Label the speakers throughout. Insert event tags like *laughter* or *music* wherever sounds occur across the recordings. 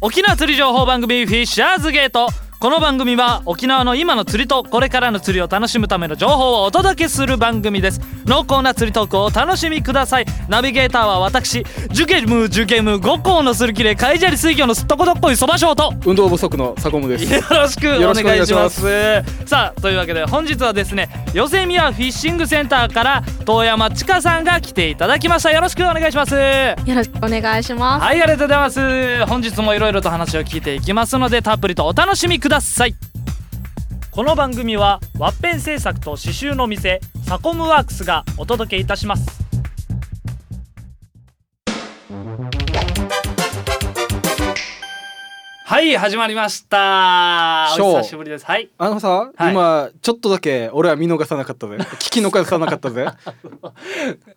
Speaker 1: 沖縄釣り情報番組フィッシャーズゲートこの番組は沖縄の今の釣りとこれからの釣りを楽しむための情報をお届けする番組です濃厚な釣りトークをお楽しみくださいナビゲーターは私ジュケムジュケム五校のするきれカイジャリ水魚のすっとこどっこいそばしょうと
Speaker 2: 運動不足のサコムです
Speaker 1: *laughs* よろしくお
Speaker 2: よろし
Speaker 1: 願
Speaker 2: くお願
Speaker 1: い
Speaker 2: い
Speaker 1: し
Speaker 2: し
Speaker 1: ま
Speaker 2: ますす
Speaker 1: さあというわけで本日はですねヨセミアフィッシングセンターから遠山千佳さんが来ていただきましたよろしくお願いしますはい
Speaker 3: よろしくお願いします。
Speaker 1: ありがとうございます本日もいろいろと話を聞いていきますのでたっぷりとお楽しみくださいこの番組はワッペン製作と刺繍の店サコムワークスがお届けいたしますはい始まりました
Speaker 2: ショー
Speaker 1: お久しぶりですはい
Speaker 2: あのさ、
Speaker 1: はい
Speaker 2: 今ちょっとだけ俺は見逃さなかった
Speaker 1: *laughs*
Speaker 2: ぜ聞き逃さなかったぜ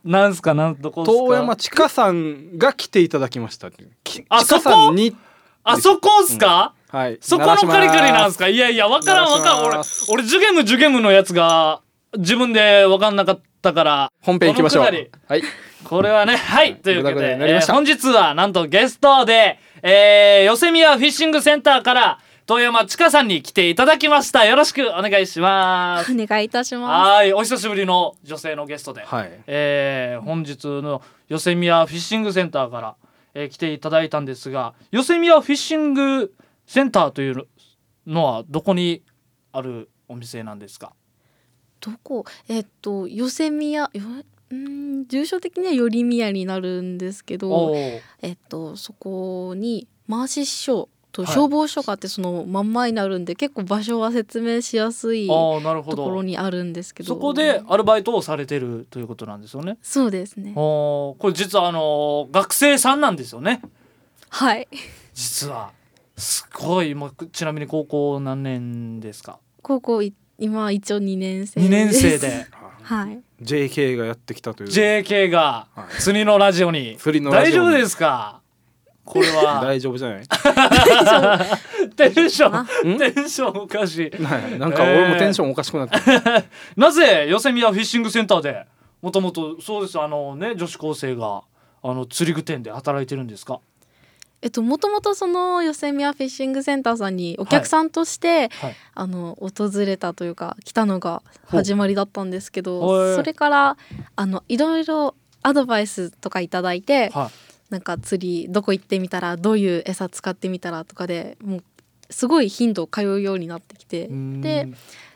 Speaker 1: なんすかなんどこですか
Speaker 2: 遠山千佳さんが来ていただきましたき
Speaker 1: あ
Speaker 2: 千佳さんに
Speaker 1: あそこっすか、
Speaker 2: はい
Speaker 1: そこのカリカリなんす
Speaker 2: か
Speaker 1: かいやいやわからんわからん
Speaker 2: 鳴
Speaker 1: 俺
Speaker 2: らし
Speaker 1: 俺ジュゲムジュゲムのやつが自分でわかんなかったから
Speaker 2: 本編行きましょう
Speaker 1: このくだり
Speaker 2: はい
Speaker 1: これはねはいというわけ
Speaker 2: グダグダ
Speaker 1: で、
Speaker 2: になり
Speaker 1: え
Speaker 2: まし
Speaker 1: ー
Speaker 2: た
Speaker 1: 本日はなんとゲストで、えー、ヨセミヤフィッシングセンターから遠山千佳さんに来ていただきましたよろしくお願いします
Speaker 3: お願いいたしま
Speaker 1: はいお久しぶりの女性のゲストで、
Speaker 2: はい
Speaker 1: えー本日のヨセミヤフィッシングセンターから、えー来ていただいたんですがヨセミヤフィッシングセンターというのはどこにあるお店なんですか
Speaker 3: す。どこ、えっと、寄せ宮、ようん、住所的には寄り宮になるんですけど。
Speaker 1: ー
Speaker 3: えっと、そこに回し師匠と
Speaker 1: はい
Speaker 3: 消防署があって、そのまんまになるんで、結構場所は説明しやすい。と
Speaker 1: あーなるほ
Speaker 3: ころ
Speaker 1: ど
Speaker 3: にあるんですけど。
Speaker 1: そこで。アルバイトをされてるということなんですよね
Speaker 3: そうですね。
Speaker 1: おこれ実はあのー学生さんなんですよね
Speaker 3: はい。
Speaker 1: 実はすごい今ちなみに高校何年ですか
Speaker 3: 高校い、今一応二年生。
Speaker 1: 2年生。で
Speaker 3: *laughs* はい。
Speaker 2: JK がやってきたという
Speaker 1: JK が
Speaker 2: はい
Speaker 1: 釣りのラジオに
Speaker 2: 釣りのラ
Speaker 1: 大
Speaker 2: ジ
Speaker 1: 丈
Speaker 2: オ
Speaker 1: 夫
Speaker 2: に
Speaker 1: ですかこれは
Speaker 2: *laughs* 大丈夫じゃない
Speaker 1: *laughs* テンション *laughs*
Speaker 2: ん
Speaker 1: テンションおかしい
Speaker 2: はいなんか俺もテンションおかしくなってる、
Speaker 1: なぜヨセミヤフィッシングセンターでもともとそうですあのね女子高生があの釣り具店で働いてるんですか
Speaker 3: えっと、もともとそのヨセミアフィッシングセンターさんにお客さんとして、
Speaker 1: はい
Speaker 3: あの訪れたというか来たのが
Speaker 1: ほう
Speaker 3: 始まりだったんですけ
Speaker 1: へえ
Speaker 3: どそれからあのいろいろアドバイスとかいただいて
Speaker 1: は
Speaker 3: なんか釣りどこ行ってみたらどういう餌使ってみたらとかでもうすごい頻度通うようになってきて
Speaker 1: いうん
Speaker 3: で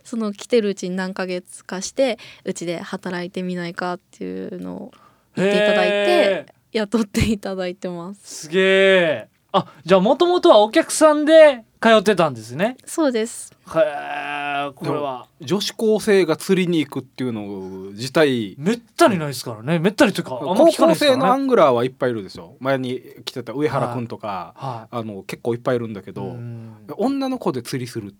Speaker 3: その来てるうちに何ヶ月かしてうちで働いてみないかっていうのを言っていただい
Speaker 1: へ
Speaker 3: て
Speaker 1: ー
Speaker 3: 雇っていただいてます。
Speaker 1: すげえあじゃあもともとはお客さんで通ってたんですね
Speaker 3: そうです
Speaker 1: へえこれは
Speaker 2: 女子高生が釣りに行くっていうの自体
Speaker 1: めったにないですからねめったにというかあんま
Speaker 2: 高
Speaker 1: 聞かないで
Speaker 2: 校
Speaker 1: すか
Speaker 2: 生の
Speaker 1: ら
Speaker 2: ア
Speaker 1: ね
Speaker 2: ングラーはいっぱいいるでしょ前に来てた上原くんとか、
Speaker 1: は
Speaker 2: あの結構いっぱいいるんだけ
Speaker 1: い
Speaker 2: ど、
Speaker 1: うん
Speaker 2: 女の子で釣りするっ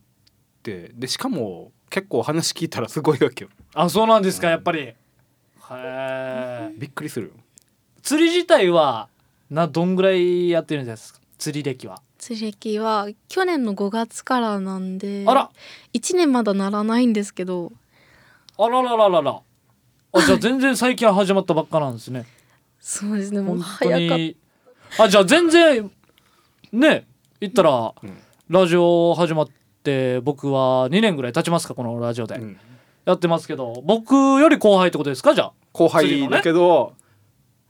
Speaker 2: てでしかも結構話聞いたらすごいわけよ
Speaker 1: あそうなんですかやっぱりへえ
Speaker 2: びっくりするよ
Speaker 1: 釣り自体はなどんぐらいやってるんですか釣り歴は、
Speaker 3: 釣り歴は去年の5月からなんで
Speaker 1: あら
Speaker 3: 1年まだならないんですけど
Speaker 1: あらららららあじゃあ全然最近始まったばっかなんですね
Speaker 3: そうですねもう
Speaker 1: 本
Speaker 3: 早
Speaker 1: 当
Speaker 3: かっ
Speaker 1: にあじゃあ全然ね言ったら、
Speaker 2: うん
Speaker 1: ラジオ始まって僕は2年ぐらい経ちますかこのラジオで、
Speaker 2: うん
Speaker 1: やってますけど僕より後輩ってことですかじゃ *laughs* あ
Speaker 2: 後輩だけど、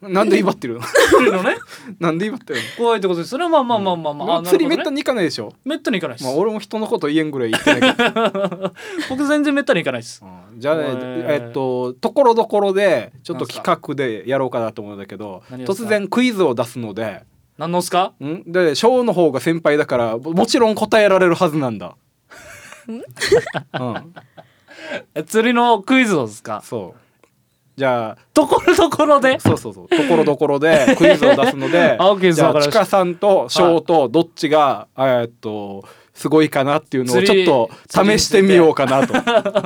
Speaker 2: なんで威張ってるの *laughs*
Speaker 1: 釣りのね
Speaker 2: なんで威張ってる
Speaker 1: 後輩ってことですそれはまあまあまあまあま
Speaker 2: の、
Speaker 1: あ、あなる
Speaker 2: 釣
Speaker 1: ほど
Speaker 2: りめ
Speaker 1: ね
Speaker 2: ったに行かないでしょ、
Speaker 1: めったに行かないです、
Speaker 2: まあ、俺も人のこと言えんぐらい言って
Speaker 1: *laughs*
Speaker 2: ないけど
Speaker 1: 僕全然めったに行かないです
Speaker 2: うんじゃあね
Speaker 1: へー
Speaker 2: えっとところどころでちょっ
Speaker 1: な
Speaker 2: と
Speaker 1: んすか
Speaker 2: 企画でやろうかなと思うんだけど
Speaker 1: 何ですか
Speaker 2: 突然クイズを出すので
Speaker 1: 何のっすか
Speaker 2: んで翔の方が先輩だからももちろん答えられるはずなんだ。うん、
Speaker 1: え釣りのクイズをですか
Speaker 2: そうじゃ
Speaker 1: ところどころで
Speaker 2: あそうそうそうところどこ
Speaker 1: *laughs*
Speaker 2: ろでクイズを出すので
Speaker 1: あ OK です
Speaker 2: じゃ
Speaker 1: わか
Speaker 2: あ
Speaker 1: り
Speaker 2: ち
Speaker 1: ました
Speaker 2: かさんと翔とどっちが、えーっとすごいかなっていうのを
Speaker 1: 釣
Speaker 2: ちょ
Speaker 1: り
Speaker 2: っと試してみようかなと。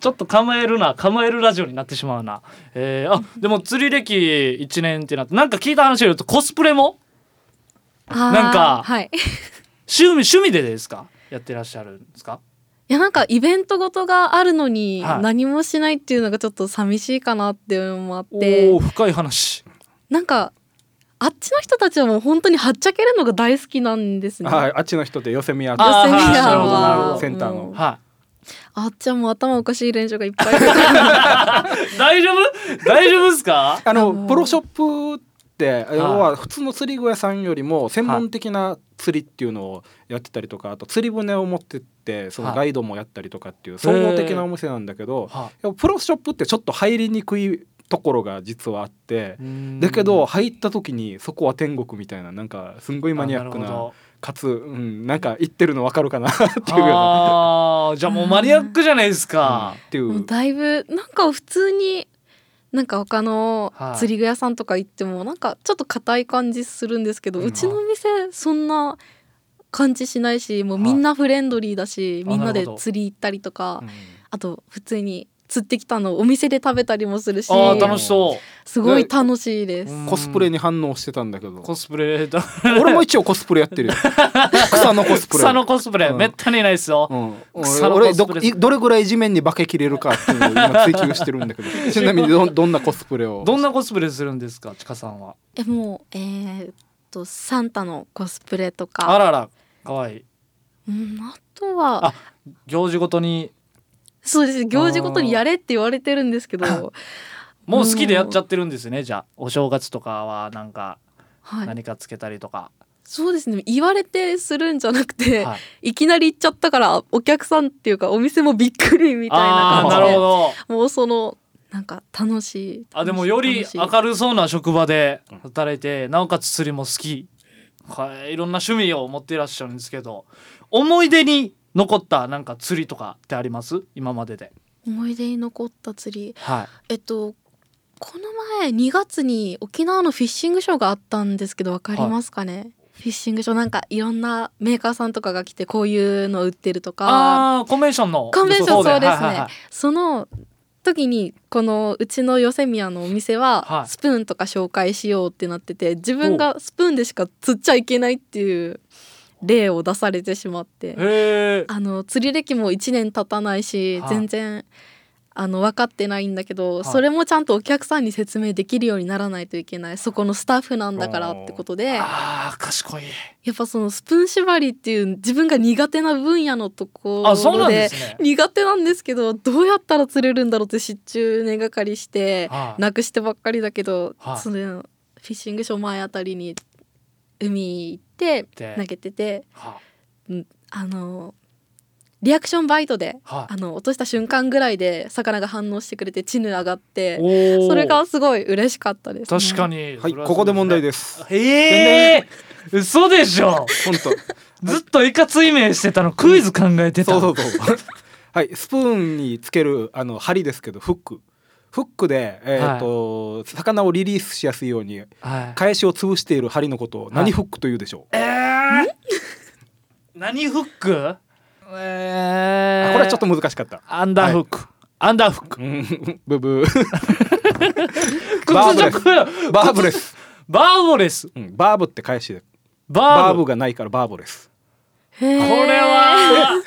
Speaker 1: ちょっと構えるな構えるラジオになってしまうな、えー、あでも釣り歴1年ってなってなんか聞いた話によるとコスプレも
Speaker 3: たあー
Speaker 1: なんか
Speaker 3: はい、 *laughs* い
Speaker 1: 趣味趣味でですかやってらっしゃるんですか
Speaker 3: やなんかイベントごとがあるのに
Speaker 1: はい
Speaker 3: 何もしないっていうのがちょっと寂しいかなっていうのもあっ
Speaker 1: お
Speaker 3: て
Speaker 1: お深い話
Speaker 3: なんかあっちの人たちはもう本当にはっちゃけるのが大好きなんです
Speaker 2: *laughs*
Speaker 3: ね。
Speaker 2: はいあっちの人で寄せ見や
Speaker 1: あー
Speaker 3: 寄せみ
Speaker 1: な
Speaker 3: や
Speaker 1: るほどなるほ
Speaker 3: は
Speaker 1: ど
Speaker 2: センターの
Speaker 3: もう
Speaker 1: は
Speaker 3: あっちはもう頭おかしい連中がいっぱいいる。
Speaker 1: い、大丈夫大丈夫ですか
Speaker 2: あ
Speaker 3: あの
Speaker 2: のプロショップって
Speaker 1: い
Speaker 2: 要は普通の釣り具屋さんよりも専門的な釣りっていうのをやってたりとかあと釣り船を持ってってそ
Speaker 1: は
Speaker 2: の
Speaker 1: い
Speaker 2: ガイドもやったりとかっていう総合的なお店なんだけど
Speaker 1: は
Speaker 2: やっぱプロショップってちょっと入りにくいところが実はあって
Speaker 1: い
Speaker 2: だけど入った時にそこは天国みたいななんかすんごいマニアック
Speaker 1: あなる
Speaker 2: な
Speaker 1: ほ
Speaker 2: かつ、うん、なんか言ってるの分かるかな *laughs* っていうよう
Speaker 1: ど
Speaker 2: な
Speaker 1: あーじゃあもうマニアックじゃないですか、
Speaker 2: ってい
Speaker 3: もう
Speaker 2: う。
Speaker 3: だいぶなんか普通になんか他の
Speaker 1: はい
Speaker 3: 釣り具屋さんとか行ってもなんかちょっと硬い感じするんですけど、
Speaker 2: う
Speaker 3: うんちのお店そんな感じしないしもう
Speaker 1: はい
Speaker 3: みんなフレンドリーだし、
Speaker 1: あ
Speaker 3: みんな
Speaker 1: な
Speaker 3: で
Speaker 1: るほど
Speaker 3: 釣り行ったりとか、
Speaker 2: うん
Speaker 3: あと普通に釣ってきたのをお店で食べたりもするし
Speaker 1: あー楽しそ
Speaker 3: すごい楽しいです。
Speaker 1: う
Speaker 2: コスプレに反応してたんだけど
Speaker 1: うんコスプレだ
Speaker 2: 俺も一応コスプレ
Speaker 1: *laughs*
Speaker 2: やってるよ草のコスプレ
Speaker 1: 草のコスプレ、
Speaker 2: うん
Speaker 1: めったにないですよ、
Speaker 2: うん、
Speaker 1: 草
Speaker 2: 俺
Speaker 1: の
Speaker 2: 俺
Speaker 1: コス
Speaker 2: ど
Speaker 1: プレ
Speaker 2: いどれぐらい地面に化け切れるかっていうのを今追求してるんだけどちなみにどんどんなコスプレを
Speaker 1: どんなコスプレするんですかちかさんは
Speaker 3: えもうえーっとサンタのコスプレと
Speaker 1: あ
Speaker 3: か、
Speaker 1: ららかわいい
Speaker 3: うん、あとは
Speaker 1: あ行事ごとに
Speaker 3: そうです行事ごとにやれって言われてるんですけど、
Speaker 1: もう好きでやっちゃってるんですねじゃあお正月とかはなんか
Speaker 3: はい、
Speaker 1: 何かつけたりとか、
Speaker 3: そうですね言われてするんじゃなくて、
Speaker 1: はい
Speaker 3: い、きなり行っちゃったからお客さんっていうかお店もびっくりみたいな
Speaker 1: あーな
Speaker 3: 感
Speaker 1: る
Speaker 3: じ
Speaker 1: ほ
Speaker 3: で
Speaker 1: ど
Speaker 3: もうそのなんか楽しい
Speaker 1: あでもより
Speaker 3: 楽しい
Speaker 1: 明るそうな職場で働いてなおかつ釣りも好き、はい、いろんな趣味を持っていらっしゃるんですけど思い出に残ったなんか釣りとかってあります今までで、
Speaker 3: 思い出に残った釣り
Speaker 1: はい、
Speaker 3: えっとこの前2月に沖縄のフィッシングショーがあったんですけどわかりますかね、フィッシングショーなんかいろんなメーカーさんとかが来てこういうの売ってるとか
Speaker 1: ああーコンベンションの
Speaker 3: コンベンションそうですね、
Speaker 1: はいはいはい
Speaker 3: その時にこのうちのヨセミヤのお店
Speaker 1: は
Speaker 3: はいスプーンとか紹介しようってなってて自分がスプーンでしか釣っちゃいけないっていう例を出されてしまって
Speaker 1: へえ
Speaker 3: あの釣り歴も1年経たないし
Speaker 1: はい
Speaker 3: 全然あの分かってないんだけど
Speaker 1: い
Speaker 3: それもちゃんとお客さんに説明できるようにならないといけないそこのスタッフなんだからってことでや
Speaker 1: ああ賢い
Speaker 3: っぱそのスプーン縛りっていう自分が苦手な分野のとこ
Speaker 1: あそう
Speaker 3: ろ
Speaker 1: なん
Speaker 3: で
Speaker 1: ですね
Speaker 3: 苦手なんですけどどうやったら釣れるんだろうって失中願かりして
Speaker 1: はい
Speaker 3: なくしてばっかりだけど、
Speaker 1: はい
Speaker 3: そのフィッシングショー前あたりに海行って
Speaker 1: で
Speaker 3: 投げてて
Speaker 1: は
Speaker 3: あのリアクションバイトで
Speaker 1: は
Speaker 3: あの落とした瞬間ぐらいで魚が反応してくれてチヌ上がって
Speaker 1: おお
Speaker 3: それがすごい嬉しかったです、
Speaker 1: 確かに、
Speaker 2: はいここで問
Speaker 1: *laughs*
Speaker 2: 題です
Speaker 1: すええー、嘘でしょ
Speaker 2: 本当
Speaker 1: ずっといかつい名してたのクイズ考えてた、
Speaker 2: そうそうそうはいスプーンにつけるあの針ですけどフックフックで、えーと魚をリリースしやすいように
Speaker 1: はい
Speaker 2: 返しを潰している針のことを
Speaker 1: はい
Speaker 2: 何フックというでしょう、
Speaker 1: えー、何フックえ
Speaker 2: あこれはちょっと難しかった、
Speaker 1: アンダーフック、アンダーフック
Speaker 2: うん、ブブーバー
Speaker 1: 屈
Speaker 2: ブレ
Speaker 1: 辱
Speaker 2: スバーブレス、
Speaker 1: バーボレス
Speaker 2: うん、バーブって返しで
Speaker 1: バー
Speaker 2: バーブ
Speaker 1: ブ
Speaker 2: がないからバーブレス *laughs*
Speaker 3: へー
Speaker 1: これ
Speaker 3: *laughs*
Speaker 1: は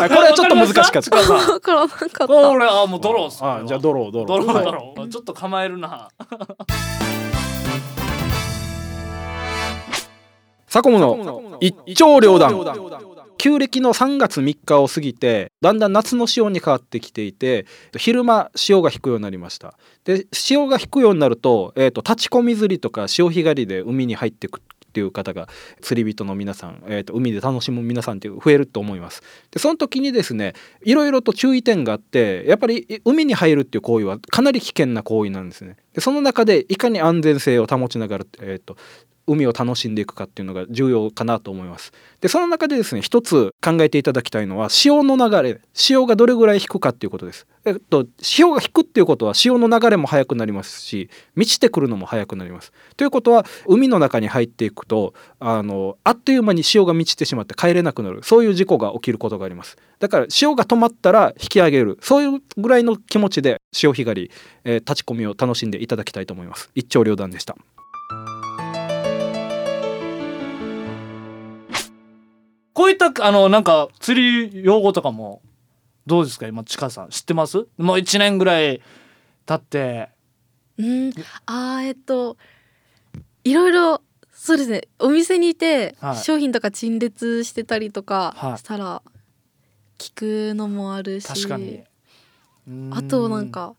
Speaker 2: あこれはちょっと難しかった
Speaker 1: わりますか
Speaker 3: わからなかった
Speaker 1: これあもうドローっす
Speaker 2: あじゃあドロードロー
Speaker 1: ドロー
Speaker 2: はい
Speaker 1: ドロー、ちょっと構えるな
Speaker 2: サコムの一丁両断旧暦の3月3日を過ぎてだんだん夏の潮に変わってきていて昼間潮が引くようになりましたで潮が引くようになると,、えー、と立ち込み釣りとか潮干狩りで海に入ってくっていう方が釣り人の皆さん、えー、と海で楽しむ皆さんっていう増えると思いますでその時にですねいろいろと注意点があってやっぱりい海に入るっていう行為はかなり危険な行為なんですねでその中でいかに安全性を保ちながら、えー、と海を楽しんでいくかっていうのが重要かなと思いますでその中でですね一つ考えていただきたいのは潮の流れ潮がどれぐらい引くかっていうことですえっと潮が引くっていうことは潮の流れも速くなりますし満ちてくるのも速くなりますということは海の中に入っていくとあのあっという間に潮が満ちてしまって帰れなくなるそういう事故が起きることがありますだから潮が止まったら引き上げるそういうぐらいの気持ちで潮干狩り、えー立ち込みを楽しんでいただきたいと思います一長両断でした
Speaker 1: こういったあのなんか釣り用語とかもどうですか今ちかさん知ってますもう一年ぐらい経って
Speaker 3: うんあーえっといろいろそうですねお店にいて
Speaker 1: はい
Speaker 3: 商品とか陳列してたりと
Speaker 1: は
Speaker 3: か
Speaker 1: い
Speaker 3: したら聞くのもあるし、
Speaker 1: 確かにうー
Speaker 3: あとなんか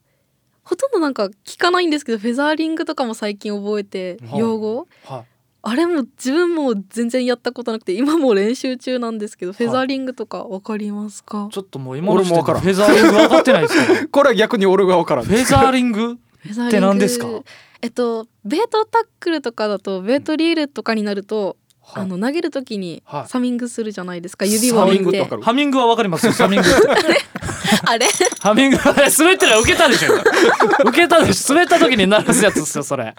Speaker 3: ほとんどなんか聞かないんですけどフェザーリングとかも最近覚えて
Speaker 1: はい
Speaker 3: 用語
Speaker 1: は
Speaker 3: あれも自分も全然やったことなくて今も練習中なんですけど
Speaker 1: い
Speaker 3: フェザーリングとかわかりますか
Speaker 1: いちょっともう今の
Speaker 2: 俺
Speaker 1: 時
Speaker 2: も
Speaker 1: 点で
Speaker 2: わからん
Speaker 1: フェザーリング分かってないですけど
Speaker 2: これは逆に俺が分からん
Speaker 1: フェザーリング
Speaker 3: フェザーリング
Speaker 1: って何ですか
Speaker 3: えっとベートタックルとかだとベートリールとかになると、
Speaker 1: はい
Speaker 3: あの投げるときに
Speaker 1: はい
Speaker 3: サミングするじゃないですか、指を置いて
Speaker 2: サミングってわかる
Speaker 1: ハミングは分かりますよハミング
Speaker 3: あれ
Speaker 1: ハミング *laughs* 滑ってない受けたでしょ今受けたでしょ滑った時に鳴らすやつですよそれ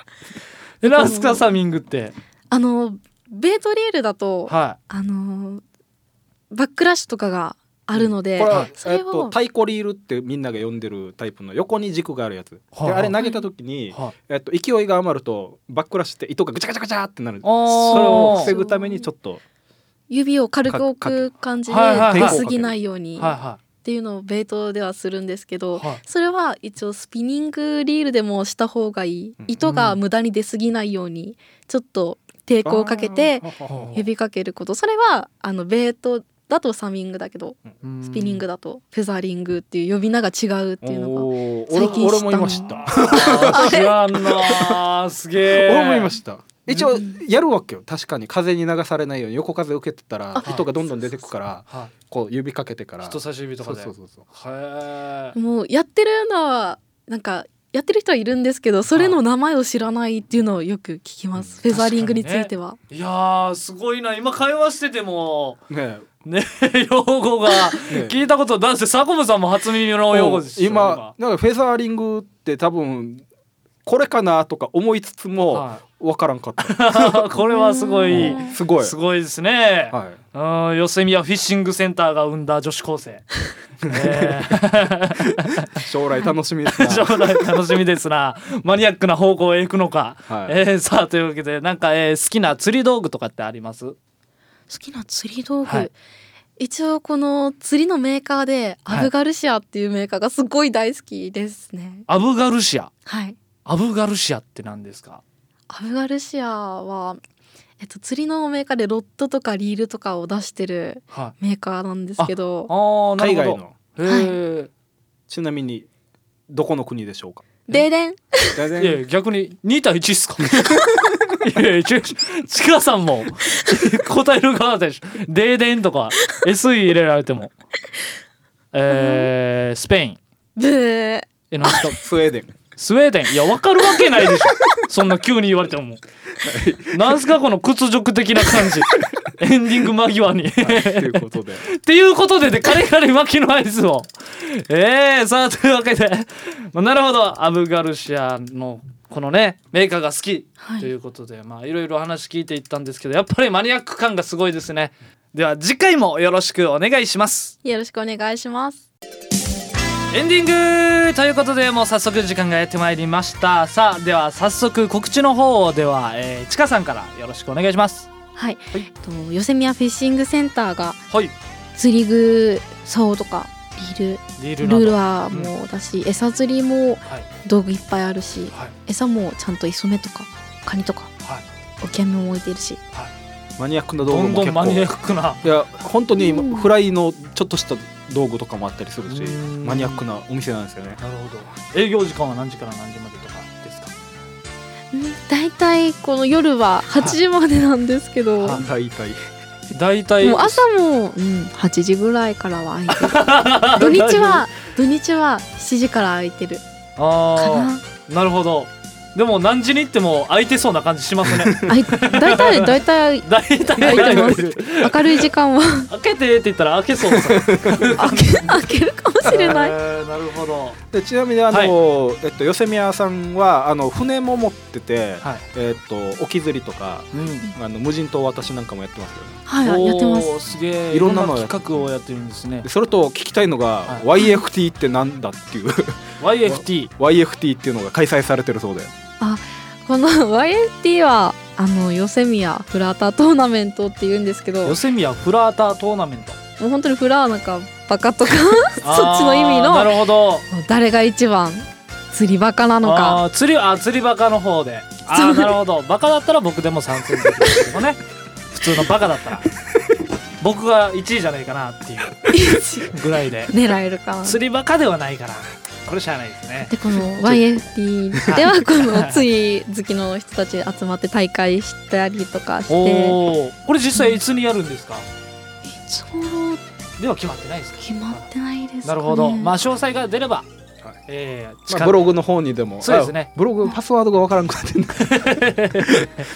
Speaker 1: えなんすかハミングって
Speaker 3: あのベートリールだと、
Speaker 1: は
Speaker 3: あのバックラッシュとかがあるので、
Speaker 2: これは、
Speaker 3: そ
Speaker 2: えっ
Speaker 3: れを
Speaker 2: と、太鼓リールってみんなが呼んでるタイプの横に軸があるやつ、
Speaker 1: はい
Speaker 2: であれ投げた時に、
Speaker 1: いはい
Speaker 2: えっと、勢いが余るとバックラッシュして糸がぐちゃぐちゃぐちゃってなる
Speaker 1: あー
Speaker 2: それを防ぐためにちょっと
Speaker 3: 指を軽く置く感じで
Speaker 1: はいはい
Speaker 2: はい
Speaker 3: 出過ぎないようにっ
Speaker 1: は
Speaker 3: ていうのをベートではするんですけ
Speaker 1: い
Speaker 3: ど、
Speaker 1: はいはい
Speaker 3: それは一応スピニングリールでもした方がいい
Speaker 2: うん
Speaker 3: 糸が無駄に出過ぎないようにちょっと抵抗をかけて
Speaker 2: あー
Speaker 3: 呼びかけることそれはあのベートだとサミングだけど
Speaker 1: うん
Speaker 3: スピニングだとフェザーリングっていう呼び名が違うっていうのが
Speaker 2: おー
Speaker 3: 最近
Speaker 2: 俺俺も今
Speaker 3: 知
Speaker 2: 知
Speaker 3: っ
Speaker 2: ったた
Speaker 1: あー知らんなーすげえ
Speaker 2: 俺も今知った一応
Speaker 3: うん
Speaker 2: やるわけよ確かに風に流されないように横風受けてたら
Speaker 1: あ
Speaker 2: 糸がどんどん出てくから
Speaker 1: は
Speaker 2: こう指かけてか
Speaker 1: い
Speaker 2: ら
Speaker 1: 人差し指とかで
Speaker 2: そうそうそう
Speaker 1: へえ
Speaker 3: もうやってるのはなんかやってる人はいるんですけどそれの名前を知らないっていうのをよく聞きます、
Speaker 1: うん
Speaker 3: フェザーリングについては、
Speaker 1: いやーすごいな今会話してても
Speaker 2: そうね
Speaker 1: ね *laughs* 用語が
Speaker 2: え
Speaker 1: 聞いたことだってサコムさんも初耳の用語ですよ
Speaker 2: 今なんかフェザーリングって多分これかなとか思いつつ
Speaker 1: 今
Speaker 2: も
Speaker 1: は
Speaker 2: わからんかった、
Speaker 1: い *laughs* これはすごい
Speaker 3: うん
Speaker 2: すごい
Speaker 1: すごいですね、
Speaker 2: はい
Speaker 1: うんヨセミヤフィッシングセンターが生んだ女子高
Speaker 2: *laughs*
Speaker 1: 生、えー
Speaker 2: 将来楽しみ *laughs* で
Speaker 1: *laughs*
Speaker 2: す
Speaker 1: 将
Speaker 2: な
Speaker 1: 来楽しみですなマニアックな方向へ行くのか、
Speaker 2: はい
Speaker 1: えーさあというわけでなんか、えー好きな釣り道具とかってあります
Speaker 3: 好きな釣り道具、
Speaker 1: はい
Speaker 3: 一応この釣りのメーカーで
Speaker 1: はい
Speaker 3: アブガルシアっていうメーカーがすごい大好きですね
Speaker 1: アブガルシア
Speaker 3: はい
Speaker 1: アブガルシアって何ですか
Speaker 3: アブガルシアは、えっと、釣りのメーカーでロッドとかリールとかを出してる
Speaker 1: はい
Speaker 3: メーカーなんですけど
Speaker 1: あーなる
Speaker 2: 海
Speaker 1: ほど
Speaker 2: 外の
Speaker 1: へ
Speaker 2: ちなみにどこの国でしょうか
Speaker 3: ででん
Speaker 2: 全
Speaker 1: え、いやいや逆に2対1っすか *laughs* いやいやちちかさんも *laughs* 答える側でしょ「デーデン」とか SE 入れられてもえー、スペイン
Speaker 3: ブー
Speaker 1: えなんすか
Speaker 2: スウェーデン
Speaker 1: スウェーデンいやわかるわけないでしょそんな急に言われてもなんすかこの屈辱的な感じエンディング間際に
Speaker 2: ということ *laughs* で
Speaker 1: っていうことでで、カリカリ巻きのアイスを。ええさあ、というわけで、まあ、なるほど、アブガルシアの、このね、メーカーが好き
Speaker 3: はい
Speaker 1: ということで、まあ、いろいろ話聞いていったんですけど、やっぱりマニアック感がすごいですね。では、次回もよろしくお願いします。
Speaker 3: よろしくお願いします
Speaker 1: エンディングということで、もう早速時間がやってまいりました。さあ、では、早速告知の方を、では、えー、ちかさんからよろしくお願いします。
Speaker 3: はい、
Speaker 1: はい
Speaker 3: えっとヨセミヤフィッシングセンターが
Speaker 1: はい、
Speaker 3: 釣り具竿とかリー
Speaker 1: リール
Speaker 3: ル
Speaker 1: など。
Speaker 3: ル
Speaker 1: は
Speaker 3: アーもだし、餌釣りも
Speaker 1: い、
Speaker 3: 道具いっぱいあるし
Speaker 1: はい、
Speaker 3: 餌もちゃんと磯目とかカニとか
Speaker 1: はい。
Speaker 3: オキアミも置いてるし
Speaker 2: マニアックな道
Speaker 1: ど
Speaker 2: 具
Speaker 1: ん
Speaker 2: も
Speaker 1: ど
Speaker 2: 結
Speaker 1: ん
Speaker 2: 構
Speaker 1: マニアックな。
Speaker 2: いや本当に今
Speaker 3: うん
Speaker 2: フライのちょっとした道具とかもあったりするし
Speaker 1: うん
Speaker 2: マニアックなお店なんですよね
Speaker 1: なるほど。営業時間は何時から何時までとかですか。
Speaker 3: だいたいこの夜は8時までなんですけど、
Speaker 1: は
Speaker 2: 大体
Speaker 1: 大体
Speaker 3: もう朝も、うん、8時ぐらいからは空いてる
Speaker 1: *laughs*
Speaker 3: 土日は土日は7時から空いてるか
Speaker 1: あ
Speaker 3: な
Speaker 1: あ、なるほど。でも何時に行っても空いてそうな感じします
Speaker 3: *laughs*
Speaker 1: ね。
Speaker 3: あいだいたいだいたい
Speaker 1: 大体
Speaker 3: 空いてま
Speaker 1: 開
Speaker 3: す明るい時間は
Speaker 1: *laughs* けてって言ったら開けそうですね。
Speaker 3: *laughs* 開け開けるかもしれ
Speaker 1: え
Speaker 3: ない
Speaker 1: ーなるほど。
Speaker 2: でちなみにあの、えっと、寄せ宮さんはあの船も持ってて、
Speaker 1: はい。
Speaker 2: えっと、沖釣りとか
Speaker 1: うん。
Speaker 2: あの無人島私なんかもやってますよね
Speaker 3: はいやってます
Speaker 1: おーすげえ。い
Speaker 2: い
Speaker 1: ろ
Speaker 2: ろ
Speaker 1: ん
Speaker 2: ん
Speaker 1: な
Speaker 2: なの
Speaker 1: 企画をやってるんですね
Speaker 2: で。それと聞きたいのが、
Speaker 1: は
Speaker 2: YFT ってなんだっていう *laughs*
Speaker 1: YFT。
Speaker 2: YFT っていうのが開催されてるそうで
Speaker 3: この YFT はあのヨセミヤフラータートーナメントって言うんですけど
Speaker 1: ヨセミヤフラータートーナメント。
Speaker 3: もう本当にフラーなんかバカとか *laughs* そ
Speaker 1: あー
Speaker 3: っちの意味
Speaker 1: な
Speaker 3: の
Speaker 1: るほど。
Speaker 3: 誰が一番釣りバカなの
Speaker 1: あ
Speaker 3: か
Speaker 1: ー釣りあ釣りバカの方で。ああなるほどバカだったら僕でも参戦できるんですけど
Speaker 3: *laughs*
Speaker 1: ね普通のバカだったら僕が1位じゃないかなっていうぐらいで
Speaker 3: *laughs* 狙えるか
Speaker 1: 釣りバカではないからこれしゃあないですね
Speaker 3: でこの YFT ではこの釣り好きの人たち集まって大会したりとかして
Speaker 1: おおこれ実際いつにやるんですか、
Speaker 3: いつ頃
Speaker 1: では決まってないですか
Speaker 3: 決まってないですか、ね、
Speaker 1: なるほどまあ詳細が出れば、
Speaker 2: はい
Speaker 1: えー
Speaker 2: まあ、ブログの方にでも
Speaker 1: そうですね
Speaker 2: あブログパスワードがわからんくなって *laughs* んだ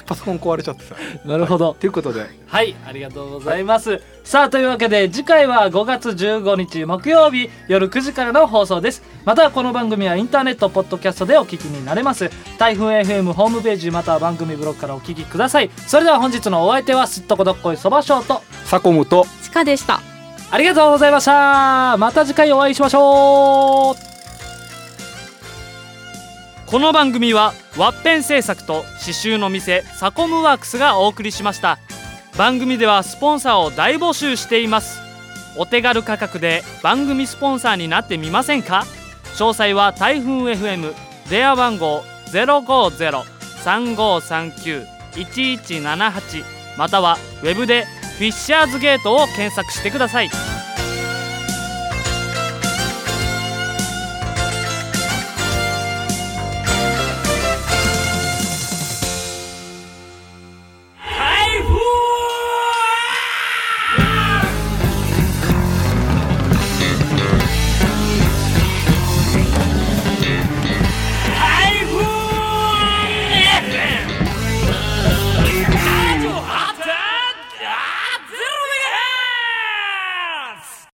Speaker 2: パソコン壊れちゃってさ
Speaker 1: なるほど
Speaker 2: ということで
Speaker 1: はいありがとうございます、さあというわけで次回は5月15日木曜日夜9時からの放送ですまたこの番組はインターネットポッドキャストでお聞きになれます台風 FM ホームページまたは番組ブログからお聞きくださいそれでは本日のお相手はすっとこどっこいそばショート
Speaker 2: サコムと
Speaker 3: 地下でした
Speaker 1: ありがとうございましたまた次回お会いしましょうこの番組はワッペン製作と刺繍の店サコムワークスがお送りしました番組ではスポンサーを大募集していますお手軽価格で番組スポンサーになってみませんか詳細は台風 FM 電話番号050-3539-1178またはウェブでフィッシャーズゲートを検索してください